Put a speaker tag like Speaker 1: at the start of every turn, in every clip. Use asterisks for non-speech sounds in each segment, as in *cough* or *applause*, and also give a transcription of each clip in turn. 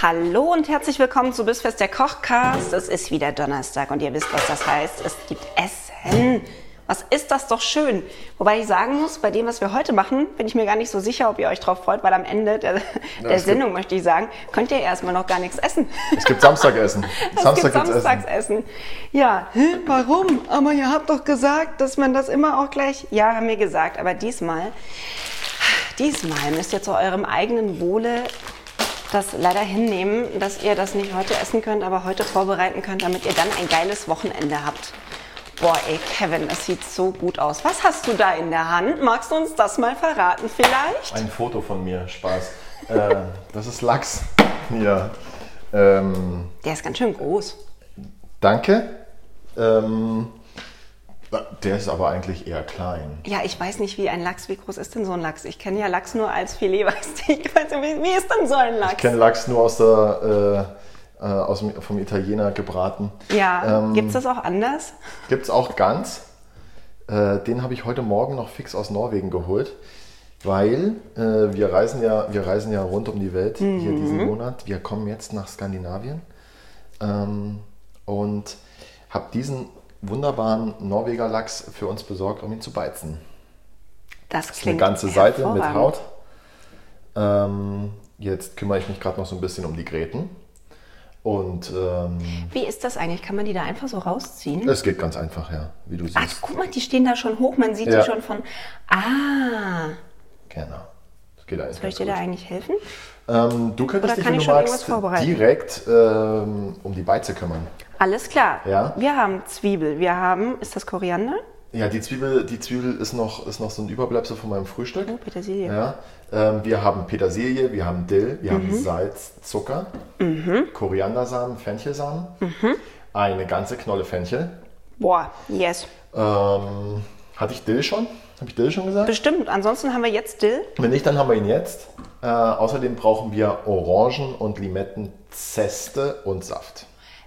Speaker 1: Hallo und herzlich willkommen zu Bissfest der Kochcast. Es ist wieder Donnerstag und ihr wisst, was das heißt. Es gibt Essen. Was ist das doch schön? Wobei ich sagen muss, bei dem, was wir heute machen, bin ich mir gar nicht so sicher, ob ihr euch drauf freut, weil am Ende der, der
Speaker 2: es gibt-
Speaker 1: Sendung, möchte ich sagen, könnt ihr erstmal noch gar nichts essen.
Speaker 2: Es gibt Samstagessen.
Speaker 1: *laughs* Es gibt Samstagsessen. Ja, hä, warum? Aber ihr habt doch gesagt, dass man das immer auch gleich. Ja, haben wir gesagt, aber diesmal, diesmal müsst ihr zu eurem eigenen Wohle das leider hinnehmen, dass ihr das nicht heute essen könnt, aber heute vorbereiten könnt, damit ihr dann ein geiles Wochenende habt. Boah, ey, Kevin, das sieht so gut aus. Was hast du da in der Hand? Magst du uns das mal verraten vielleicht?
Speaker 2: Ein Foto von mir, Spaß. äh, das ist Lachs. Ja. Ähm,
Speaker 1: Der ist ganz schön groß.
Speaker 2: danke. Ähm, der ist aber eigentlich eher klein.
Speaker 1: Ja, ich weiß nicht, wie ein Lachs, wie groß ist denn so ein Lachs? Ich kenne ja Lachs nur als Filet, *laughs* weißt du? Ich weiß nicht, wie, wie ist denn so ein Lachs?
Speaker 2: Ich kenne Lachs nur aus der, äh, äh, aus dem, vom Italiener gebraten.
Speaker 1: ja,
Speaker 2: Ähm,
Speaker 1: gibt's das auch anders?
Speaker 2: Gibt es auch ganz. Äh, den habe ich heute Morgen noch fix aus Norwegen geholt, weil äh, wir, reisen ja, wir reisen ja rund um die Welt
Speaker 1: Mhm.
Speaker 2: hier diesen Monat. Wir kommen jetzt nach Skandinavien ähm, und habe diesen wunderbaren Norweger Lachs für uns besorgt, um ihn zu beizen.
Speaker 1: Das
Speaker 2: Eine
Speaker 1: klingt
Speaker 2: ganze Seite mit
Speaker 1: hervorragend.
Speaker 2: Haut. Ähm, jetzt kümmere ich mich gerade noch so ein bisschen um die Gräten. Und ähm,
Speaker 1: Wie ist das eigentlich? Kann man die da einfach so rausziehen?
Speaker 2: es geht ganz einfach, ja, wie du siehst.
Speaker 1: Mhm. Ach, guck mal, die stehen da schon hoch. Man sieht
Speaker 2: Ja.
Speaker 1: die schon von. Ah,
Speaker 2: Genau. Das geht eigentlich
Speaker 1: soll
Speaker 2: ganz
Speaker 1: ich dir
Speaker 2: gut.
Speaker 1: da eigentlich helfen?
Speaker 2: Ähm, du könntest
Speaker 1: Oder
Speaker 2: dich,
Speaker 1: kann
Speaker 2: wenn
Speaker 1: ich
Speaker 2: du
Speaker 1: schon
Speaker 2: magst,
Speaker 1: irgendwas vorbereiten?
Speaker 2: direkt ähm, um die Beize kümmern.
Speaker 1: Alles klar.
Speaker 2: Ja.
Speaker 1: Wir haben Zwiebel. Wir haben, ist das Koriander?
Speaker 2: Ja, die Zwiebel, die Zwiebel ist, noch, ist noch so ein Überbleibsel von meinem Frühstück.
Speaker 1: Oh, Petersilie.
Speaker 2: Ja. Ähm, wir haben Petersilie, wir haben Dill, wir
Speaker 1: Mhm.
Speaker 2: haben Salz, Zucker, Koriandersamen, Fenchelsamen,
Speaker 1: Mhm.
Speaker 2: eine ganze Knolle Fenchel.
Speaker 1: Boah, yes.
Speaker 2: Ähm, hatte ich Dill schon? Habe ich Dill schon gesagt?
Speaker 1: Bestimmt. Ansonsten haben wir jetzt Dill.
Speaker 2: Wenn nicht, dann haben wir ihn jetzt. Äh, außerdem brauchen wir Orangen- und Limettenzeste und Saft.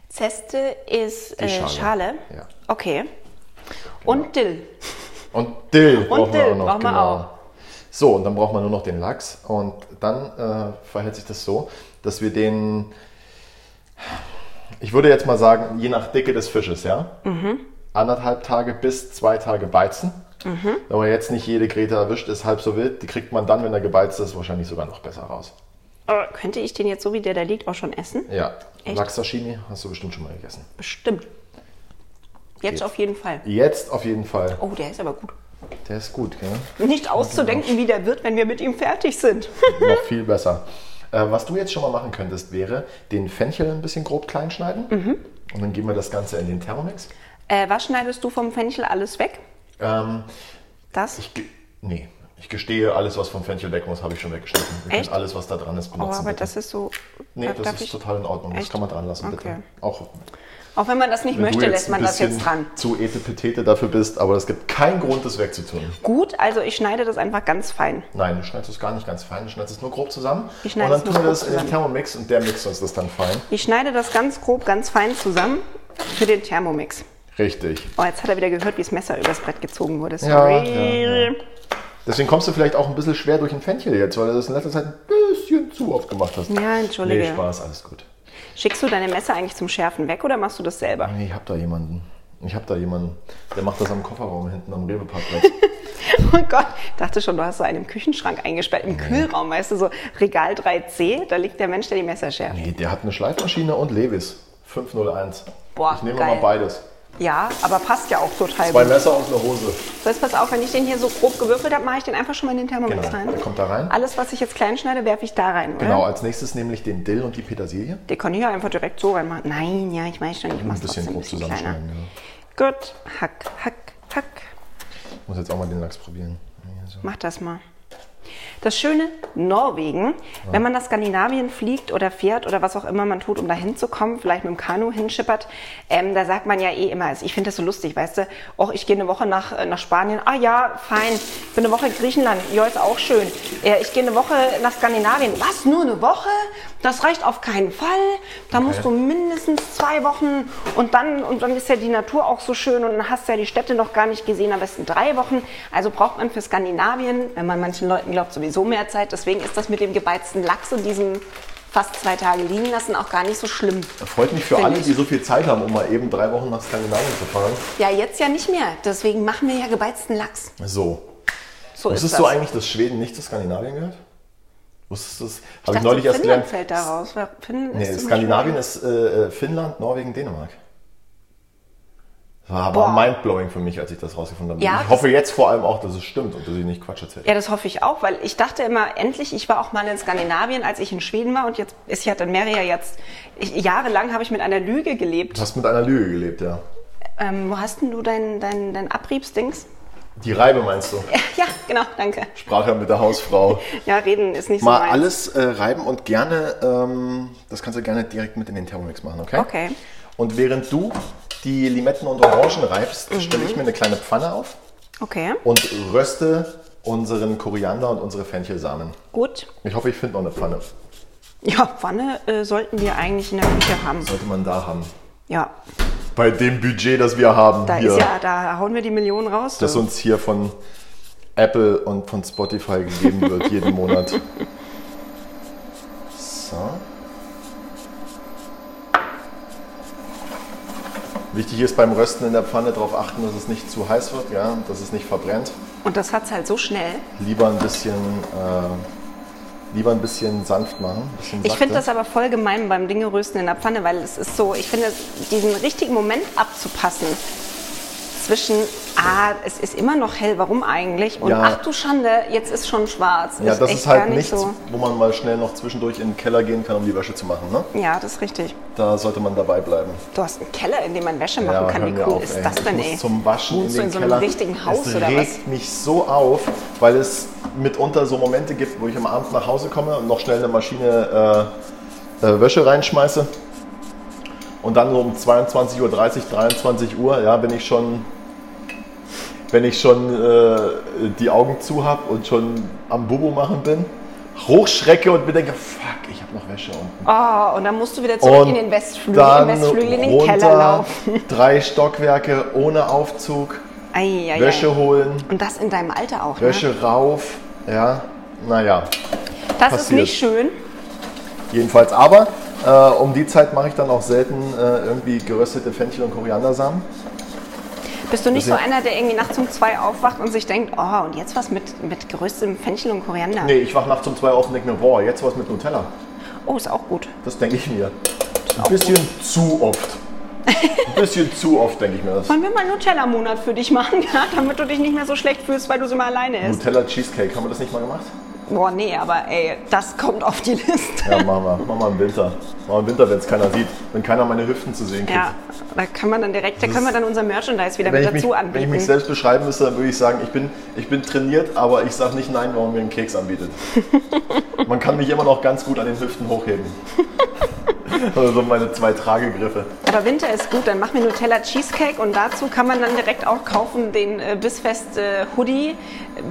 Speaker 1: Zeste ist äh,
Speaker 2: Schale.
Speaker 1: Schale.
Speaker 2: Ja. Genau.
Speaker 1: Okay. Und Dill.
Speaker 2: Und Dill brauchen wir
Speaker 1: Dill
Speaker 2: auch noch.
Speaker 1: brauchen wir
Speaker 2: genau.
Speaker 1: auch.
Speaker 2: So, und dann braucht man nur noch den Lachs. Und dann äh, verhält sich das so, dass wir den, ich würde jetzt mal sagen, je nach Dicke des Fisches, ja?
Speaker 1: Mhm.
Speaker 2: Anderthalb Tage bis zwei Tage beizen.
Speaker 1: Mhm.
Speaker 2: Wenn man jetzt nicht jede Grete erwischt, ist halb so wild. Die kriegt man dann, wenn er gebeizt ist, wahrscheinlich sogar noch besser raus.
Speaker 1: Aber Oh, könnte ich den jetzt so wie der da liegt auch schon essen?
Speaker 2: Ja,
Speaker 1: Echt?
Speaker 2: Lachs-Sashimi hast du bestimmt schon mal gegessen.
Speaker 1: Bestimmt. Jetzt auf jeden Fall.
Speaker 2: Jetzt auf jeden Fall.
Speaker 1: Oh, der ist aber gut.
Speaker 2: Der ist gut, gell?
Speaker 1: Nicht auszudenken, wie der wird, wenn wir mit ihm fertig sind. *laughs*
Speaker 2: noch viel besser. Äh, was du jetzt schon mal machen könntest, wäre den Fenchel ein bisschen grob klein schneiden.
Speaker 1: Mhm.
Speaker 2: Und dann geben wir das Ganze in den Thermomix.
Speaker 1: äh, was schneidest du vom Fenchel alles weg?
Speaker 2: Ähm,
Speaker 1: Das?
Speaker 2: ich ge- nee, ich gestehe, alles, was vom Fenchel weg muss, habe ich schon weggeschnitten. Wir
Speaker 1: Echt?
Speaker 2: können alles, was da dran ist,
Speaker 1: oh,
Speaker 2: benutzen.
Speaker 1: aber
Speaker 2: bitte.
Speaker 1: das ist so.
Speaker 2: nee,
Speaker 1: Darf-
Speaker 2: das
Speaker 1: darf
Speaker 2: ist
Speaker 1: ich-
Speaker 2: total in Ordnung. Das
Speaker 1: Echt?
Speaker 2: kann man dran lassen, bitte.
Speaker 1: Okay.
Speaker 2: Auch
Speaker 1: Auch wenn man das nicht
Speaker 2: wenn
Speaker 1: möchte,
Speaker 2: du jetzt
Speaker 1: lässt man
Speaker 2: ein
Speaker 1: das jetzt
Speaker 2: bisschen
Speaker 1: dran.
Speaker 2: zu etepetete dafür bist, aber es gibt keinen Grund, das wegzutun.
Speaker 1: Gut, also ich schneide das einfach ganz fein.
Speaker 2: Nein, du schneidest es gar nicht ganz fein, du schneidest es nur grob zusammen.
Speaker 1: Ich
Speaker 2: und
Speaker 1: schneide
Speaker 2: dann
Speaker 1: es nur
Speaker 2: tun wir
Speaker 1: grob
Speaker 2: das in den
Speaker 1: zusammen.
Speaker 2: Thermomix und der mixt uns das dann fein.
Speaker 1: Ich schneide das ganz grob, ganz fein zusammen für den Thermomix.
Speaker 2: Richtig.
Speaker 1: Oh, jetzt hat er wieder gehört, wie das Messer übers Brett gezogen wurde. Sorry.
Speaker 2: ja, ja. Deswegen kommst du vielleicht auch ein bisschen schwer durch den Fenchel jetzt, weil du das in letzter Zeit ein bisschen zu oft gemacht hast.
Speaker 1: Ja, entschuldige.
Speaker 2: Nee, Spaß, alles gut.
Speaker 1: Schickst du deine Messer eigentlich zum Schärfen weg oder machst du das selber? *laughs*
Speaker 2: Nee, ich hab da jemanden. Ich hab da jemanden. Der macht das am Kofferraum hinten am
Speaker 1: *laughs*
Speaker 2: Rewe-Parkplatz.
Speaker 1: Oh Gott, dachte schon, du hast so einen im Küchenschrank eingesperrt, im Kühlraum, weißt du, so Regal 3C, da liegt der Mensch, der die Messer schärft.
Speaker 2: nee, der hat eine Schleifmaschine und Levis. 501.
Speaker 1: Boah,
Speaker 2: ich nehme
Speaker 1: geil. Also-
Speaker 2: mal beides.
Speaker 1: Ja, aber passt ja auch total
Speaker 2: Zwei
Speaker 1: gut.
Speaker 2: Messer und eine Hose.
Speaker 1: So, jetzt pass auf, wenn ich den hier so grob gewürfelt habe, mache ich den einfach schon mal in den Thermomix
Speaker 2: Genau,
Speaker 1: rein.
Speaker 2: kommt da rein.
Speaker 1: Alles, was ich jetzt klein schneide, werfe ich da rein, oder?
Speaker 2: Genau, als nächstes nämlich den Dill und die Petersilie.
Speaker 1: Den kann ich ja einfach direkt so reinmachen. Nein, ja, ich weiß schon, ich mache
Speaker 2: Ein
Speaker 1: es
Speaker 2: bisschen
Speaker 1: trotzdem ein
Speaker 2: grob
Speaker 1: bisschen kleiner.
Speaker 2: zusammenschneiden. Ja.
Speaker 1: Gut, hack, hack, hack.
Speaker 2: Ich muss jetzt auch mal den Lachs probieren. Ja, so.
Speaker 1: Mach das mal. Das schöne Norwegen, wenn man nach Skandinavien fliegt oder fährt oder was auch immer man tut, um da hinzukommen, vielleicht mit dem Kanu hinschippert, ähm, da sagt man ja eh immer, also ich finde das so lustig, weißt du, auch ich gehe eine Woche nach, äh, nach Spanien, ah ja, fein, bin eine Woche in Griechenland, ja, ist auch schön. Äh, ich gehe eine Woche nach Skandinavien, was, nur eine Woche? Das reicht auf keinen Fall, da musst du mindestens zwei Wochen und dann, und dann ist ja die Natur auch so schön und dann hast du ja die Städte noch gar nicht gesehen, am besten drei Wochen. Also braucht man für Skandinavien, wenn man manchen Leuten glaubt, sowieso mehr Zeit. Deswegen ist das mit dem gebeizten Lachs und diesem fast zwei Tage liegen lassen auch gar nicht so schlimm.
Speaker 2: Freut mich für
Speaker 1: Find
Speaker 2: alle,
Speaker 1: ich.
Speaker 2: die so viel Zeit haben, um mal eben drei Wochen nach Skandinavien zu fahren.
Speaker 1: Ja, jetzt ja nicht mehr. Deswegen machen wir ja gebeizten Lachs.
Speaker 2: So.
Speaker 1: So ist,
Speaker 2: Wusstest
Speaker 1: das.
Speaker 2: du eigentlich, dass Schweden nicht zu Skandinavien gehört? Wusstest du das? Habe ich
Speaker 1: dachte,
Speaker 2: neulich erst
Speaker 1: Finnland
Speaker 2: gelernt.
Speaker 1: fällt da raus. Weil Finnland
Speaker 2: Nee,
Speaker 1: ist zum
Speaker 2: Skandinavien ist äh, äh, Finnland, Norwegen, Dänemark. Das war aber
Speaker 1: Boah.
Speaker 2: mindblowing für mich, als ich das rausgefunden habe.
Speaker 1: Ja,
Speaker 2: ich
Speaker 1: das-
Speaker 2: hoffe jetzt vor allem auch, dass es stimmt und dass ich nicht Quatsch erzähle.
Speaker 1: Ja, das hoffe ich auch, weil ich dachte immer, endlich, ich war auch mal in Skandinavien, als ich in Schweden war und jetzt ist ja dann Meria jetzt, ich, jahrelang habe ich mit einer Lüge gelebt.
Speaker 2: Du hast mit einer Lüge gelebt, ja.
Speaker 1: Ähm, wo hast denn du dein, dein, dein Abriebsdings? *laughs*
Speaker 2: Die Reibe meinst du?
Speaker 1: Ja, genau, danke.
Speaker 2: Sprach er mit der Hausfrau.
Speaker 1: Ja, reden ist nicht
Speaker 2: Mal
Speaker 1: so meins.
Speaker 2: alles äh, reiben und gerne, ähm, das kannst du gerne direkt mit in den Thermomix machen, okay?
Speaker 1: Okay.
Speaker 2: Und während du die Limetten und Orangen reibst,
Speaker 1: Mhm.
Speaker 2: stelle ich mir eine kleine Pfanne auf
Speaker 1: Okay,
Speaker 2: und röste unseren Koriander und unsere Fenchelsamen.
Speaker 1: gut.
Speaker 2: Ich hoffe, ich finde noch eine Pfanne.
Speaker 1: Ja, Pfanne äh, sollten wir eigentlich in der Küche haben.
Speaker 2: Sollte man da haben.
Speaker 1: Ja,
Speaker 2: Bei dem Budget, das wir haben
Speaker 1: da
Speaker 2: hier,
Speaker 1: ist ja, da hauen wir die Millionen raus.
Speaker 2: das
Speaker 1: du.
Speaker 2: uns hier von Apple und von Spotify gegeben wird
Speaker 1: *laughs*
Speaker 2: jeden Monat. So. Wichtig ist beim Rösten in der Pfanne darauf achten, dass es nicht zu heiß wird, ja, dass es nicht verbrennt.
Speaker 1: und das hat's halt so schnell.
Speaker 2: Lieber ein bisschen, äh, lieber ein bisschen sanft machen. ein Bisschen
Speaker 1: Ich finde
Speaker 2: sachte.
Speaker 1: das aber voll gemein beim Dinge rösten in der Pfanne, weil es ist so, ich finde, diesen richtigen Moment abzupassen zwischen, ah, es ist immer noch hell, warum eigentlich? Und
Speaker 2: Ja.
Speaker 1: ach du Schande, jetzt ist schon schwarz.
Speaker 2: Ja, das
Speaker 1: echt
Speaker 2: ist halt
Speaker 1: gar
Speaker 2: nichts,
Speaker 1: so.
Speaker 2: wo man mal schnell noch zwischendurch in den Keller gehen kann, um die Wäsche zu machen. Ne?
Speaker 1: Ja, das ist richtig.
Speaker 2: Da sollte man dabei bleiben.
Speaker 1: Du hast einen Keller, in dem man Wäsche machen
Speaker 2: aber
Speaker 1: kann.
Speaker 2: hören
Speaker 1: Wie
Speaker 2: wir
Speaker 1: cool
Speaker 2: auf,
Speaker 1: ist
Speaker 2: ey.
Speaker 1: das denn,
Speaker 2: ich muss
Speaker 1: ey?
Speaker 2: Zum Waschen
Speaker 1: Wohnst du
Speaker 2: in den
Speaker 1: in so einem
Speaker 2: Keller.
Speaker 1: richtigen Haus
Speaker 2: es
Speaker 1: oder was?
Speaker 2: regt mich so auf, weil es mitunter so Momente gibt, wo ich am Abend nach Hause komme und noch schnell eine Maschine äh, äh, Wäsche reinschmeiße. Und dann so um 22.30 Uhr, 23 Uhr, ja, bin ich schon, wenn ich schon äh, die Augen zu habe und schon am Bubu machen bin, hochschrecke und mir denke, fuck, ich habe noch Wäsche unten.
Speaker 1: Oh, und dann musst du wieder zurück in den Westflügel, im Westflügel in den Keller laufen.
Speaker 2: *laughs* drei Stockwerke ohne Aufzug,
Speaker 1: Ei, ei, ei.
Speaker 2: Wäsche holen,
Speaker 1: Und das in deinem Alter auch,
Speaker 2: Wäsche
Speaker 1: ne?
Speaker 2: rauf, ja, naja,
Speaker 1: Das ist
Speaker 2: passiert.
Speaker 1: nicht schön.
Speaker 2: jedenfalls. Aber äh, um die Zeit mache ich dann auch selten äh, irgendwie geröstete Fenchel und Koriandersamen.
Speaker 1: Bist du nicht so
Speaker 2: Bisschen-
Speaker 1: einer, der irgendwie nachts um zwei aufwacht und sich denkt, oh, und jetzt was mit, mit geröstetem Fenchel und Koriander?
Speaker 2: Nee, ich wache nachts um zwei auf und denke mir, boah, jetzt was mit Nutella.
Speaker 1: Oh, ist auch gut.
Speaker 2: Das denke ich mir. Ein bisschen zu oft. Ein bisschen zu oft denke ich mir
Speaker 1: *laughs*
Speaker 2: das.
Speaker 1: Wollen wir mal einen Nutella-Monat für dich machen, *laughs* ja? damit du dich nicht mehr so schlecht fühlst, weil du es immer alleine isst?
Speaker 2: Nutella Cheesecake, haben wir das nicht mal gemacht?
Speaker 1: Boah, nee, aber ey, das kommt auf die Liste.
Speaker 2: Ja, machen wir. Machen wir im Winter. Machen wir im Winter, wenn es keiner sieht. Wenn keiner meine Hüften zu sehen kriegt.
Speaker 1: Ja, da kann man dann direkt, da können wir dann unser Merchandise wieder
Speaker 2: Wenn
Speaker 1: mit
Speaker 2: ich, mich,
Speaker 1: dazu
Speaker 2: wenn ich mich
Speaker 1: anbieten.
Speaker 2: selbst beschreiben müsste, dann würde ich sagen, ich bin, ich bin trainiert, aber ich sage nicht nein, warum mir einen
Speaker 1: *laughs*
Speaker 2: Keks anbietet. Man kann mich immer noch ganz gut an den
Speaker 1: *laughs*
Speaker 2: Hüften hochheben. Oder so meine zwei Tragegriffe.
Speaker 1: Aber Winter ist gut, dann mach mir Nutella Cheesecake und dazu kann man dann direkt auch kaufen den äh, Bissfest äh, Hoodie, äh,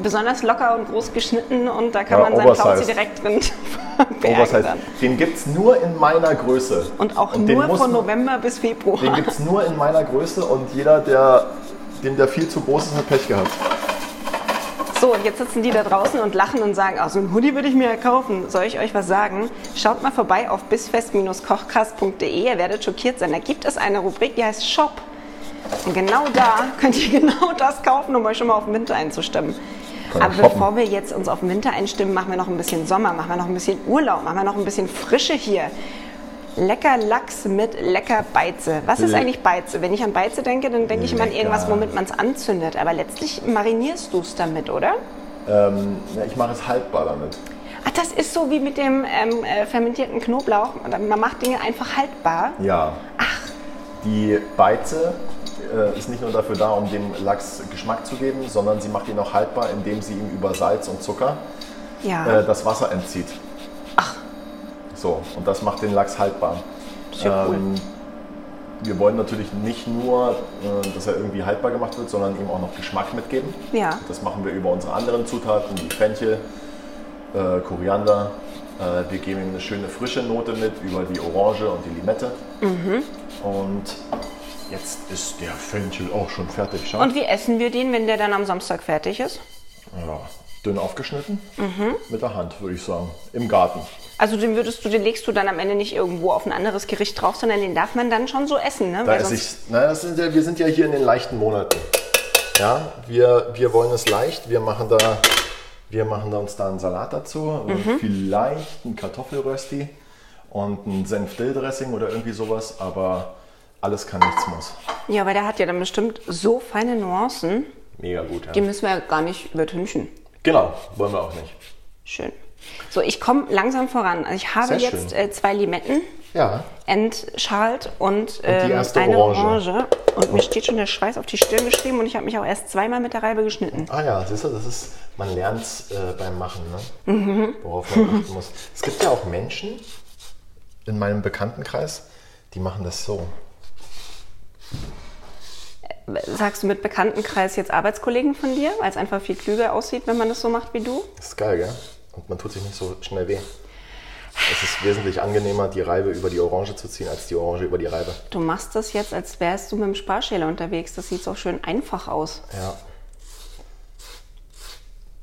Speaker 1: besonders locker und groß geschnitten und da kann
Speaker 2: Ja,
Speaker 1: man seinen Plauzi
Speaker 2: oversized.
Speaker 1: direkt drin *laughs*
Speaker 2: Oh, was heißt,
Speaker 1: verbergen. dann.
Speaker 2: den gibt es nur in meiner Größe.
Speaker 1: Und auch
Speaker 2: den
Speaker 1: nur
Speaker 2: muss
Speaker 1: von
Speaker 2: man-
Speaker 1: November bis Februar.
Speaker 2: Den gibt es nur in meiner Größe und jeder, der, dem der viel zu groß ist, hat Pech gehabt.
Speaker 1: So, und jetzt sitzen die da draußen und lachen und sagen, ah, so ein Hoodie würde ich mir ja kaufen. Soll ich euch was sagen? Schaut mal vorbei auf bisfest-kochkast.de. Ihr werdet schockiert sein. Da gibt es eine Rubrik, die heißt Shop. Und genau da könnt ihr *laughs* genau das kaufen, um euch schon mal auf den Winter einzustimmen.
Speaker 2: Kann
Speaker 1: Aber
Speaker 2: ich shoppen.
Speaker 1: bevor wir jetzt uns auf den Winter einstimmen, machen wir noch ein bisschen Sommer, machen wir noch ein bisschen Urlaub, machen wir noch ein bisschen Frische hier. Lecker Lachs mit lecker Beize. Was ist
Speaker 2: Le-
Speaker 1: eigentlich Beize? Wenn ich an Beize denke, dann denke ich immer an irgendwas,
Speaker 2: Lecker.
Speaker 1: womit man es anzündet. Aber letztlich marinierst du es damit, oder?
Speaker 2: Ähm, ja, ich mache es haltbar damit.
Speaker 1: Ach, das ist so wie mit dem ähm, äh, fermentierten Knoblauch. Man macht Dinge einfach haltbar.
Speaker 2: Ja. Ach. Die Beize äh, ist nicht nur dafür da, um dem Lachs Geschmack zu geben, sondern sie macht ihn auch haltbar, indem sie ihm über Salz und Zucker
Speaker 1: Ja.
Speaker 2: äh, das Wasser entzieht. Ach. So, und das macht den Lachs haltbar.
Speaker 1: Ist ja cool.
Speaker 2: ähm. wir wollen natürlich nicht nur, äh, dass er irgendwie haltbar gemacht wird, sondern ihm auch noch Geschmack mitgeben.
Speaker 1: Ja.
Speaker 2: Das machen wir über unsere anderen Zutaten, wie Fenchel, äh, Koriander. Äh, wir geben ihm eine schöne frische Note mit über die Orange und die Limette.
Speaker 1: Mhm.
Speaker 2: Und jetzt ist der Fenchel auch schon fertig. Schau.
Speaker 1: Und wie essen wir den, wenn der dann am Samstag fertig ist?
Speaker 2: ja, dünn aufgeschnitten.
Speaker 1: Mhm.
Speaker 2: Mit der Hand, würde ich sagen. Im Garten.
Speaker 1: Also den würdest du, den legst du dann am Ende nicht irgendwo auf ein anderes Gericht drauf, sondern den darf man dann schon so essen, ne?
Speaker 2: Da
Speaker 1: Weil
Speaker 2: ist
Speaker 1: sonst-
Speaker 2: ich, naja, das sind ja, wir sind ja hier in den leichten Monaten. Ja, wir, wir wollen es leicht. Wir machen da, wir machen da uns da einen Salat dazu, also
Speaker 1: Mhm.
Speaker 2: vielleicht ein Kartoffelrösti und ein Senfdilldressing oder irgendwie sowas, aber alles kann, nichts muss.
Speaker 1: Ja, weil der hat ja dann bestimmt so feine Nuancen,
Speaker 2: Mega gut,
Speaker 1: die
Speaker 2: ja.
Speaker 1: müssen wir ja gar nicht übertünchen.
Speaker 2: Genau, wollen wir auch nicht.
Speaker 1: Schön. So, ich komme langsam voran. Also ich habe
Speaker 2: Sehr schön.
Speaker 1: jetzt äh, zwei Limetten
Speaker 2: Ja,
Speaker 1: entschalt und, ähm,
Speaker 2: erste
Speaker 1: eine
Speaker 2: Orange.
Speaker 1: Und mir steht schon der Schweiß auf die Stirn geschrieben und ich habe mich auch erst zweimal mit der Reibe geschnitten.
Speaker 2: Ah ja, siehst du, das ist, man lernt äh, beim Machen, ne?
Speaker 1: Mhm.
Speaker 2: worauf man achten muss. Es gibt ja auch Menschen in meinem Bekanntenkreis, die machen das so.
Speaker 1: Sagst du mit Bekanntenkreis jetzt Arbeitskollegen von dir, weil es einfach viel klüger aussieht, wenn man das so macht wie du?
Speaker 2: Das ist geil, gell? Und man tut sich nicht so schnell weh. Es ist wesentlich angenehmer, die Reibe über die Orange zu ziehen, als die Orange über die Reibe.
Speaker 1: Du machst das jetzt, als wärst du mit dem Sparschäler unterwegs. Das sieht so schön einfach aus.
Speaker 2: Ja.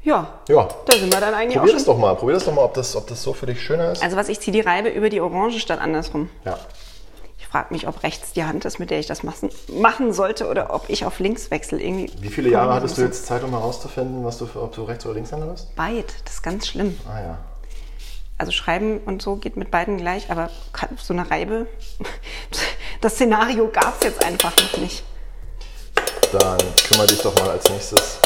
Speaker 1: Ja,
Speaker 2: Ja.
Speaker 1: da sind wir dann eigentlich
Speaker 2: Probier
Speaker 1: auch
Speaker 2: das
Speaker 1: schon.
Speaker 2: doch mal. Probier das doch mal, ob das, ob das so für dich schöner ist.
Speaker 1: Also was, ich ziehe die Reibe über die Orange statt andersrum.
Speaker 2: Ja.
Speaker 1: Ich frage mich, ob rechts die Hand ist, mit der ich das machen, machen sollte oder ob ich auf links wechsle. Irgendwie
Speaker 2: Wie viele Jahre hattest du jetzt Zeit, um herauszufinden, was du, für- ob du rechts oder linkshänder bist?
Speaker 1: Beid, das ist ganz schlimm.
Speaker 2: Ah ja.
Speaker 1: Also schreiben und so geht mit beiden gleich, aber kann- so eine Reibe, *laughs* das Szenario gab es jetzt einfach noch nicht.
Speaker 2: Dann kümmere dich doch mal als nächstes.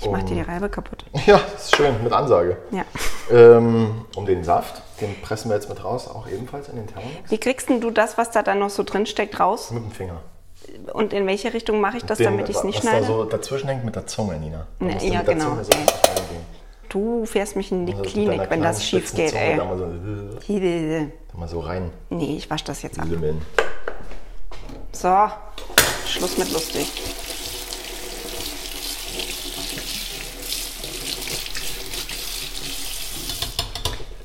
Speaker 2: um
Speaker 1: Ich mach dir die
Speaker 2: Oh.
Speaker 1: Reibe kaputt.
Speaker 2: *laughs* Ja, ist schön, mit Ansage.
Speaker 1: Ja.
Speaker 2: Ähm, um den Saft, den pressen wir jetzt mit raus, auch ebenfalls in den Thermomix.
Speaker 1: Wie kriegst denn du das, was da dann noch so drin steckt, raus?
Speaker 2: Mit dem Finger.
Speaker 1: Und in welche Richtung mache ich das,
Speaker 2: Den-
Speaker 1: damit ich es nicht
Speaker 2: was
Speaker 1: schneide?
Speaker 2: da so dazwischen hängt mit der Zunge, Nina. Da
Speaker 1: Nee,
Speaker 2: musst du
Speaker 1: ja,
Speaker 2: mit der
Speaker 1: genau,
Speaker 2: Zunge so
Speaker 1: ey.
Speaker 2: reingehen.
Speaker 1: Du fährst mich in die
Speaker 2: Also mit deiner
Speaker 1: Klinik, wenn das
Speaker 2: kleinen,
Speaker 1: schief
Speaker 2: spitzen
Speaker 1: geht,
Speaker 2: Zunge
Speaker 1: ey.
Speaker 2: Da mal so, äh, da mal so rein
Speaker 1: Nee, ich wasche das jetzt ab.
Speaker 2: limmeln.
Speaker 1: So, Schluss mit lustig.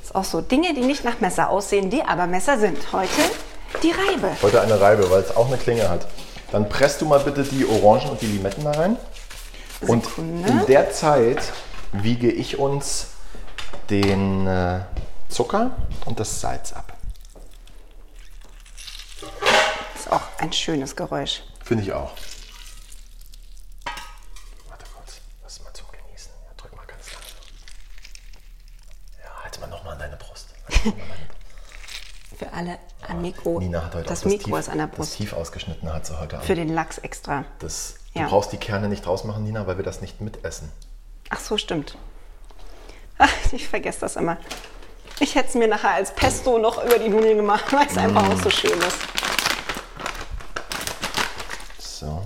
Speaker 1: Ist auch so Dinge, die nicht nach Messer aussehen, die aber Messer sind. Heute die Reibe.
Speaker 2: Heute eine Reibe, weil es auch eine Klinge hat. Dann presst du mal bitte die Orangen und die Limetten da rein. Und
Speaker 1: Sekunde.
Speaker 2: in der Zeit wiege ich uns den äh, Zucker und das Salz ab.
Speaker 1: Ist auch ein schönes Geräusch.
Speaker 2: Finde ich auch. Warte kurz, lass mal zum Genießen. Ja, drück mal ganz langsam. Ja, halt mal nochmal an
Speaker 1: *laughs*
Speaker 2: deine Brust.
Speaker 1: Für alle am Mikro.
Speaker 2: Nina hat heute
Speaker 1: das
Speaker 2: auch das,
Speaker 1: Mikro
Speaker 2: tief,
Speaker 1: ist an der
Speaker 2: das
Speaker 1: Brust.
Speaker 2: tief ausgeschnittene hat sie heute an.
Speaker 1: Für den Lachs extra.
Speaker 2: Das,
Speaker 1: Ja.
Speaker 2: Du brauchst die Kerne nicht rausmachen, Nina, weil wir das nicht mitessen.
Speaker 1: Ach so, stimmt. Ach, ich vergesse das immer. Ich hätte es mir nachher als Pesto noch über die Nudeln gemacht, weil es
Speaker 2: Mm.
Speaker 1: einfach auch so schön ist.
Speaker 2: So.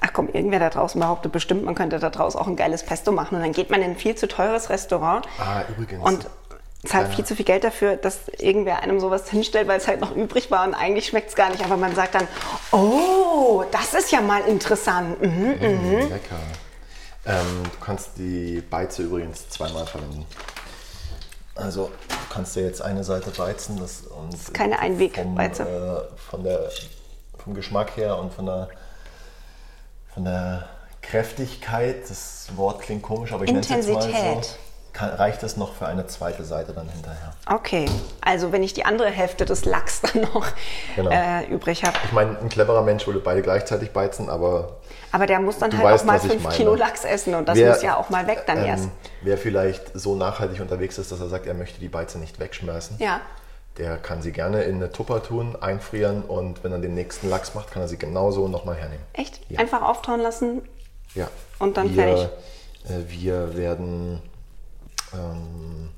Speaker 1: Ach komm, irgendwer da draußen behauptet bestimmt, man könnte da draußen auch ein geiles Pesto machen. Und dann geht man in ein viel zu teures Restaurant
Speaker 2: Ah, übrigens. Äh.
Speaker 1: und zahlt
Speaker 2: Kleiner-
Speaker 1: viel zu viel Geld dafür, dass irgendwer einem sowas hinstellt, weil es halt noch übrig war und eigentlich schmeckt es gar nicht. Aber man sagt dann, oh, das ist ja mal interessant. Mhm.
Speaker 2: Mhm. Lecker. Ähm, du kannst die Beize übrigens zweimal verwenden. Also du kannst dir jetzt eine Seite beizen. Das, und ist
Speaker 1: keine Einwegbeize.
Speaker 2: Vom, äh, von der, vom Geschmack her und von der, von der Kräftigkeit. Das Wort klingt komisch, aber ich nenne es jetzt mal so.
Speaker 1: Intensität.
Speaker 2: Kann, reicht es noch für eine zweite Seite dann hinterher?
Speaker 1: Okay, also wenn ich die andere Hälfte des Lachs dann noch
Speaker 2: Genau.
Speaker 1: äh, übrig habe.
Speaker 2: Ich meine, ein cleverer Mensch würde beide gleichzeitig beizen, aber
Speaker 1: Aber der muss dann
Speaker 2: Du
Speaker 1: halt
Speaker 2: weißt,
Speaker 1: auch mal
Speaker 2: was ich
Speaker 1: 5
Speaker 2: meine.
Speaker 1: Kilo Lachs essen und das
Speaker 2: Wer-
Speaker 1: muss ja auch mal weg dann
Speaker 2: ähm,
Speaker 1: erst.
Speaker 2: Wer vielleicht so nachhaltig unterwegs ist, dass er sagt, er möchte die Beize nicht wegschmeißen,
Speaker 1: Ja.
Speaker 2: der kann sie gerne in eine Tupper tun, einfrieren und wenn er den nächsten Lachs macht, kann er sie genauso nochmal hernehmen.
Speaker 1: Echt?
Speaker 2: Ja.
Speaker 1: Einfach auftauen lassen?
Speaker 2: Ja.
Speaker 1: Und dann
Speaker 2: wir,
Speaker 1: fertig.
Speaker 2: Äh, wir werden. Ähm,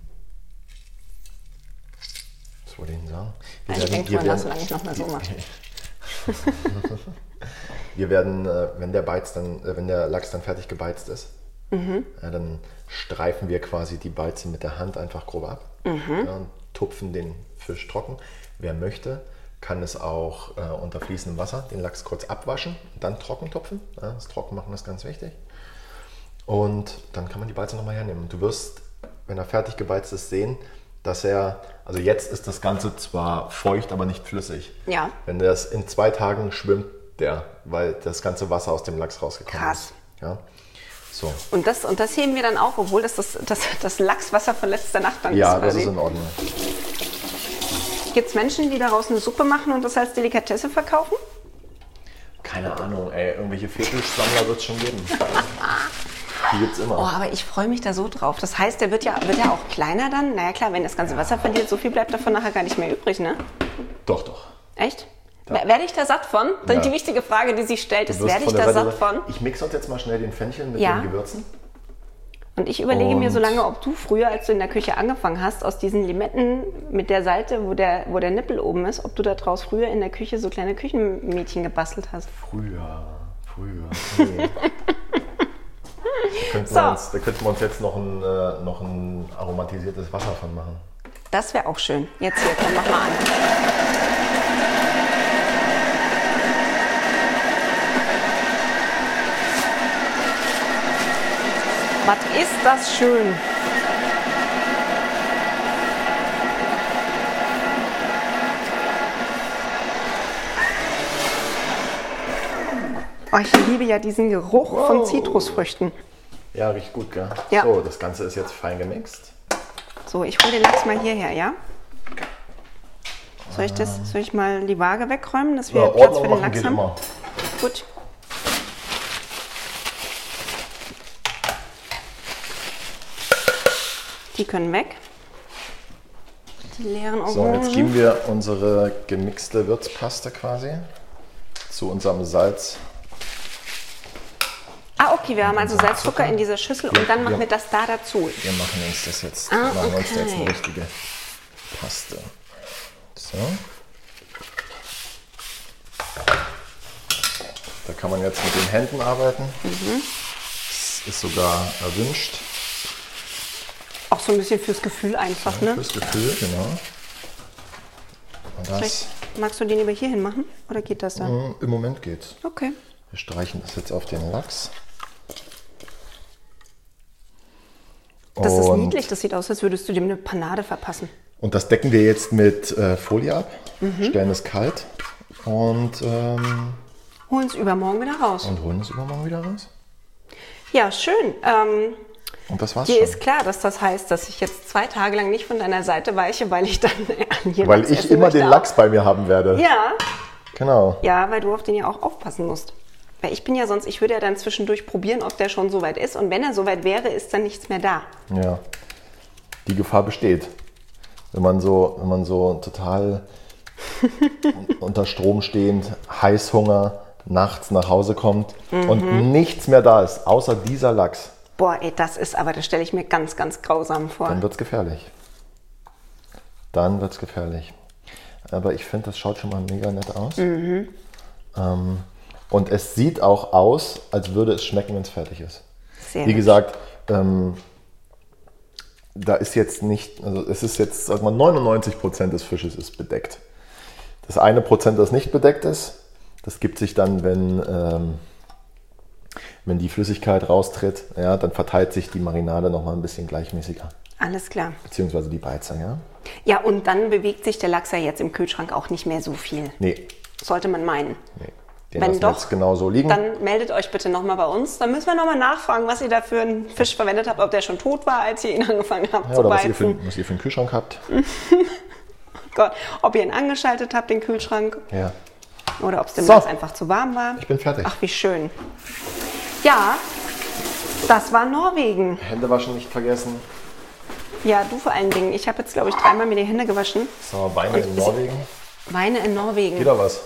Speaker 2: was wollte ich denn sagen? Wir
Speaker 1: Also Ich denke
Speaker 2: wir
Speaker 1: drüber nach, solange ich nochmal so
Speaker 2: *laughs*
Speaker 1: mache.
Speaker 2: wir werden, äh, wenn der Beiz dann, äh, wenn der Lachs dann fertig gebeizt ist, Ja, dann streifen wir quasi die Balzen mit der Hand einfach grob ab
Speaker 1: Mhm.
Speaker 2: ja, und tupfen den Fisch trocken. Wer möchte, kann es auch äh, unter fließendem Wasser den Lachs kurz abwaschen und dann trocken tupfen. Ja, das Trockenmachen ist ganz wichtig. Und dann kann man die Balze nochmal hernehmen. Und du wirst, wenn er fertig gebeizt ist, sehen, dass er, also jetzt ist das Ganze zwar feucht, aber nicht flüssig.
Speaker 1: Ja.
Speaker 2: Wenn das in zwei Tagen schwimmt der, weil das ganze Wasser aus dem Lachs rausgekommen
Speaker 1: Krass.
Speaker 2: ist. Ja. So.
Speaker 1: Und das, und das heben wir dann auf, obwohl das das, das, das Lachswasser von letzter Nacht dann
Speaker 2: Ja,
Speaker 1: ist.
Speaker 2: das
Speaker 1: quasi.
Speaker 2: ist in Ordnung.
Speaker 1: Gibt es Menschen, die daraus eine Suppe machen und das als Delikatesse verkaufen?
Speaker 2: Keine Ahnung, ey, irgendwelche Fetischsammler wird es
Speaker 1: *laughs*
Speaker 2: schon geben. Die gibt's immer.
Speaker 1: Oh, aber ich freue mich da so drauf. Das heißt, der wird ja, wird ja auch kleiner dann. Naja klar, wenn das ganze Wasser verliert, so viel bleibt davon nachher gar nicht mehr übrig, ne?
Speaker 2: Doch, doch.
Speaker 1: Echt? Wer- Werde ich da satt von?
Speaker 2: Ja.
Speaker 1: Die wichtige Frage, die sich stellt, ist,
Speaker 2: wirst
Speaker 1: werde ich
Speaker 2: von der
Speaker 1: da
Speaker 2: Seite
Speaker 1: satt von?
Speaker 2: Ich mix uns jetzt mal schnell den Fenchel mit
Speaker 1: Ja.
Speaker 2: den Gewürzen.
Speaker 1: Und ich überlege mir so
Speaker 2: Und-
Speaker 1: lange, ob du früher, als du in der Küche angefangen hast, aus diesen Limetten mit der Seite, wo der, wo der Nippel oben ist, ob du da draus früher in der Küche so kleine Küchenmädchen gebastelt hast.
Speaker 2: Früher,
Speaker 1: *laughs*
Speaker 2: früher. Nee. da, könnten
Speaker 1: So.
Speaker 2: wir uns, da könnten wir uns jetzt noch ein, äh, noch ein aromatisiertes Wasser von machen.
Speaker 1: Das wäre auch schön. Jetzt hier, komm, mach mal an. Was ist das schön? Oh, ich liebe ja diesen Geruch von Zitrusfrüchten.
Speaker 2: Ja, riecht gut, gell?
Speaker 1: Ja.
Speaker 2: So, das Ganze ist jetzt fein gemixt.
Speaker 1: So, ich hole den Lachs mal hierher, ja? Soll ich, das, soll ich mal die Waage wegräumen, dass wir
Speaker 2: Ja,
Speaker 1: Platz für
Speaker 2: Ordnung
Speaker 1: den
Speaker 2: machen
Speaker 1: Lachs
Speaker 2: geht
Speaker 1: haben?
Speaker 2: immer.
Speaker 1: Gut. Die können weg. Die leeren
Speaker 2: So, und jetzt
Speaker 1: Orangen.
Speaker 2: geben wir unsere gemixte Würzpaste quasi zu unserem Salz.
Speaker 1: ah, okay, wir haben also Salzzucker in dieser Schüssel und dann machen
Speaker 2: ja.
Speaker 1: wir das da dazu.
Speaker 2: Wir machen uns das jetzt,
Speaker 1: Ah,
Speaker 2: machen uns da jetzt eine
Speaker 1: okay.
Speaker 2: richtige Paste. So. Da kann man jetzt mit den Händen arbeiten.
Speaker 1: Mhm.
Speaker 2: Das ist sogar erwünscht
Speaker 1: Auch so ein bisschen fürs Gefühl einfach, ne?
Speaker 2: fürs Gefühl, genau. Und das
Speaker 1: Vielleicht magst du den lieber hier hin machen? Oder geht das da?
Speaker 2: mh, im Moment geht's.
Speaker 1: Okay.
Speaker 2: Wir streichen das jetzt auf den Lachs.
Speaker 1: Das ist
Speaker 2: Und-
Speaker 1: niedlich, das sieht aus, als würdest du dem eine Panade verpassen.
Speaker 2: Und das decken wir jetzt mit äh, Folie ab,
Speaker 1: Mhm.
Speaker 2: stellen es kalt und, ähm,
Speaker 1: Holen es übermorgen wieder raus.
Speaker 2: und holen es übermorgen wieder raus.
Speaker 1: Ja, schön. Ähm,
Speaker 2: Und das war's
Speaker 1: dir
Speaker 2: schon.
Speaker 1: ist klar, dass das heißt, dass ich jetzt zwei Tage lang nicht von deiner Seite weiche, weil ich dann *laughs* an hier
Speaker 2: Weil
Speaker 1: Lachs
Speaker 2: ich
Speaker 1: essen
Speaker 2: immer
Speaker 1: möchte.
Speaker 2: den Lachs bei mir haben werde.
Speaker 1: Ja,
Speaker 2: Genau.
Speaker 1: ja, weil du auf den ja auch aufpassen musst. Weil ich bin ja sonst, ich würde ja dann zwischendurch probieren, ob der schon so weit ist. Und wenn er so weit wäre, ist dann nichts mehr da.
Speaker 2: Ja. Die Gefahr besteht. Wenn man so, wenn man so total
Speaker 1: *laughs*
Speaker 2: unter Strom stehend, Heißhunger, nachts nach Hause kommt
Speaker 1: Mhm.
Speaker 2: und nichts mehr da ist, außer dieser Lachs,
Speaker 1: Boah, ey, das ist aber, das stelle ich mir ganz, ganz grausam vor.
Speaker 2: dann wird's gefährlich. Dann wird's gefährlich. Aber ich finde, das schaut schon mal mega nett aus. Ähm, und es sieht auch aus, als würde es schmecken, wenn es fertig ist.
Speaker 1: Sehr
Speaker 2: Wie
Speaker 1: gut.
Speaker 2: gesagt, ähm, da ist jetzt nicht, also es ist jetzt, sag mal, 99 Prozent des Fisches ist bedeckt. Das eine Prozent, das nicht bedeckt ist, das gibt sich dann, wenn, ähm, wenn die Flüssigkeit raustritt, ja, dann verteilt sich die Marinade nochmal ein bisschen gleichmäßiger.
Speaker 1: Alles klar.
Speaker 2: Beziehungsweise die Beize, ja?
Speaker 1: Ja, und dann bewegt sich der Lachs ja jetzt im Kühlschrank auch nicht mehr so viel.
Speaker 2: Nee,
Speaker 1: Sollte man meinen.
Speaker 2: nee. Den
Speaker 1: Wenn
Speaker 2: lassen wir
Speaker 1: doch,
Speaker 2: jetzt genau so liegen.
Speaker 1: Dann meldet euch bitte nochmal bei uns. Dann müssen wir nochmal nachfragen, was ihr da für einen Fisch verwendet habt, ob der schon tot war, als ihr ihn *laughs* angefangen habt
Speaker 2: ja,
Speaker 1: zu
Speaker 2: oder was ihr, für,
Speaker 1: beißen.
Speaker 2: einen- was ihr für einen Kühlschrank habt.
Speaker 1: Mhm. Gott, ob ihr ihn angeschaltet habt, den Kühlschrank,
Speaker 2: Ja.
Speaker 1: oder ob es dem
Speaker 2: So.
Speaker 1: Lachs einfach zu warm war.
Speaker 2: Ich bin fertig.
Speaker 1: Ach, wie schön. Ja, das war Norwegen.
Speaker 2: Hände waschen nicht vergessen.
Speaker 1: Ja, du vor allen Dingen. Ich habe jetzt, glaube ich, dreimal mir die Hände gewaschen.
Speaker 2: So, Weine in Norwegen.
Speaker 1: Weine in Norwegen.
Speaker 2: Wieder was.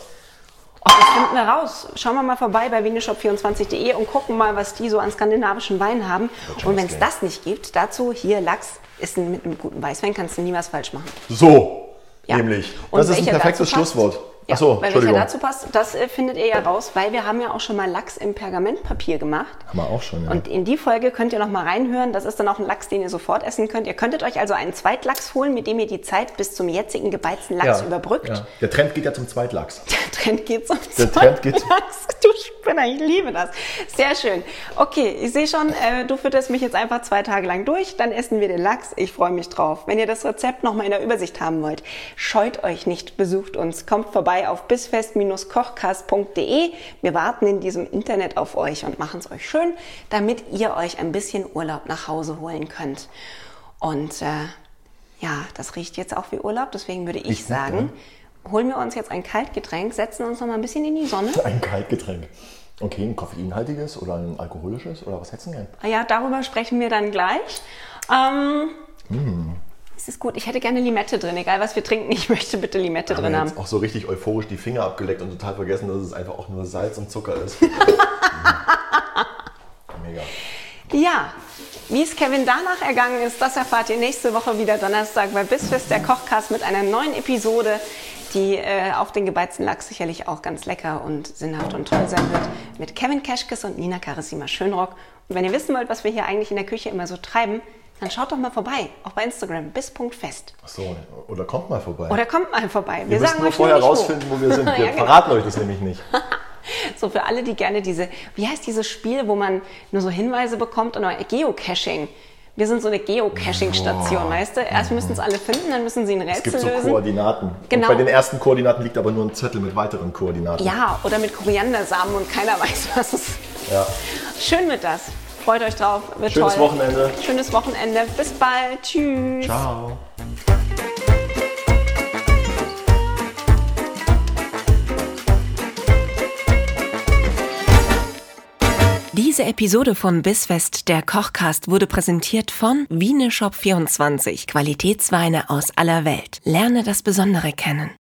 Speaker 1: Oh, das finden wir raus. Schauen wir mal vorbei bei wieneshop24.de und gucken mal, was die so an skandinavischen Wein haben.
Speaker 2: schon
Speaker 1: Und
Speaker 2: was
Speaker 1: wenn es
Speaker 2: geben.
Speaker 1: das nicht gibt, dazu hier Lachs. Ist ein, mit einem guten Weißwein kannst du nie was falsch machen.
Speaker 2: So,
Speaker 1: Ja.
Speaker 2: nämlich.
Speaker 1: Und
Speaker 2: das ist ein
Speaker 1: welcher
Speaker 2: perfektes
Speaker 1: dazu passt?
Speaker 2: Schlusswort. Ach so,
Speaker 1: weil welcher
Speaker 2: Entschuldigung.
Speaker 1: dazu passt, das äh, findet ihr ja raus, weil wir haben ja auch schon mal Lachs im Pergamentpapier gemacht.
Speaker 2: Haben wir auch schon, ja.
Speaker 1: Und in die Folge könnt ihr noch mal reinhören. Das ist dann auch ein Lachs, den ihr sofort essen könnt. Ihr könntet euch also einen Zweitlachs holen, mit dem ihr die Zeit bis zum jetzigen gebeizten Lachs überbrückt.
Speaker 2: Ja. Der Trend geht ja zum Zweitlachs. *laughs*
Speaker 1: Der Trend geht zum
Speaker 2: Der Trend geht-
Speaker 1: Zweitlachs. Du Spinner, ich liebe das. Sehr schön. Okay, ich sehe schon, äh, du fütterst mich jetzt einfach zwei Tage lang durch, dann essen wir den Lachs. Ich freue mich drauf. Wenn ihr das Rezept nochmal in der Übersicht haben wollt, scheut euch nicht, besucht uns. Kommt vorbei auf bisfest-kochcast.de. Wir warten in diesem Internet auf euch und machen es euch schön, damit ihr euch ein bisschen Urlaub nach Hause holen könnt. Und äh, ja, das riecht jetzt auch wie Urlaub, deswegen würde ich,
Speaker 2: Riecht gut,
Speaker 1: sagen, holen wir uns jetzt ein Kaltgetränk, setzen uns noch mal ein bisschen in die Sonne.
Speaker 2: Ein Kaltgetränk. Okay, ein koffeinhaltiges oder ein alkoholisches oder was hättest du denn gern?
Speaker 1: Ah Ja, darüber sprechen wir dann gleich. Ähm, Es ist gut, ich hätte gerne Limette drin, egal was wir trinken, ich möchte bitte Limette drin
Speaker 2: Haben wir
Speaker 1: haben.
Speaker 2: jetzt auch so richtig euphorisch die Finger abgeleckt und total vergessen, dass es einfach auch nur Salz und Zucker ist.
Speaker 1: *laughs*
Speaker 2: Mhm. Mega.
Speaker 1: Ja, wie es Kevin danach ergangen ist, das erfahrt ihr nächste Woche wieder Donnerstag bei Bissfest der Kochcast mit einer neuen Episode, die äh, auf den gebeizten Lachs sicherlich auch ganz lecker und sinnhaft und toll sein wird, mit Kevin Keschkes und Nina Karissima Schönrock. Und wenn ihr wissen wollt, was wir hier eigentlich in der Küche immer so treiben, dann schaut doch mal vorbei, auch bei Instagram, bis.fest.
Speaker 2: Ach so, oder kommt mal vorbei.
Speaker 1: Oder kommt mal vorbei.
Speaker 2: wir müssen nur vorher
Speaker 1: nämlich wo.
Speaker 2: rausfinden,
Speaker 1: *laughs*
Speaker 2: wo wir sind. Wir
Speaker 1: Ja, genau.
Speaker 2: verraten euch das nämlich nicht.
Speaker 1: So für alle, die gerne diese, wie heißt dieses Spiel, wo man nur so Hinweise bekommt und Geocaching. Wir sind so eine Geocaching-Station,
Speaker 2: Boah.
Speaker 1: weißt du? Erst müssen es alle finden, dann müssen sie ein
Speaker 2: Es
Speaker 1: Rätsel
Speaker 2: gibt so
Speaker 1: lösen.
Speaker 2: Koordinaten.
Speaker 1: Genau.
Speaker 2: Und bei den ersten Koordinaten liegt aber nur ein Zettel mit weiteren Koordinaten.
Speaker 1: Ja, oder mit Koriandersamen und keiner *laughs* weiß, was es ist.
Speaker 2: Ja.
Speaker 1: Schön wird das. Freut euch drauf. Wird
Speaker 2: Schönes
Speaker 1: toll.
Speaker 2: Wochenende.
Speaker 1: Schönes Wochenende. Bis bald. Tschüss.
Speaker 2: Ciao.
Speaker 3: Diese Episode von Bissfest, der Kochcast, wurde präsentiert von Wieneshop24, Qualitätsweine aus aller Welt. Lerne das Besondere kennen.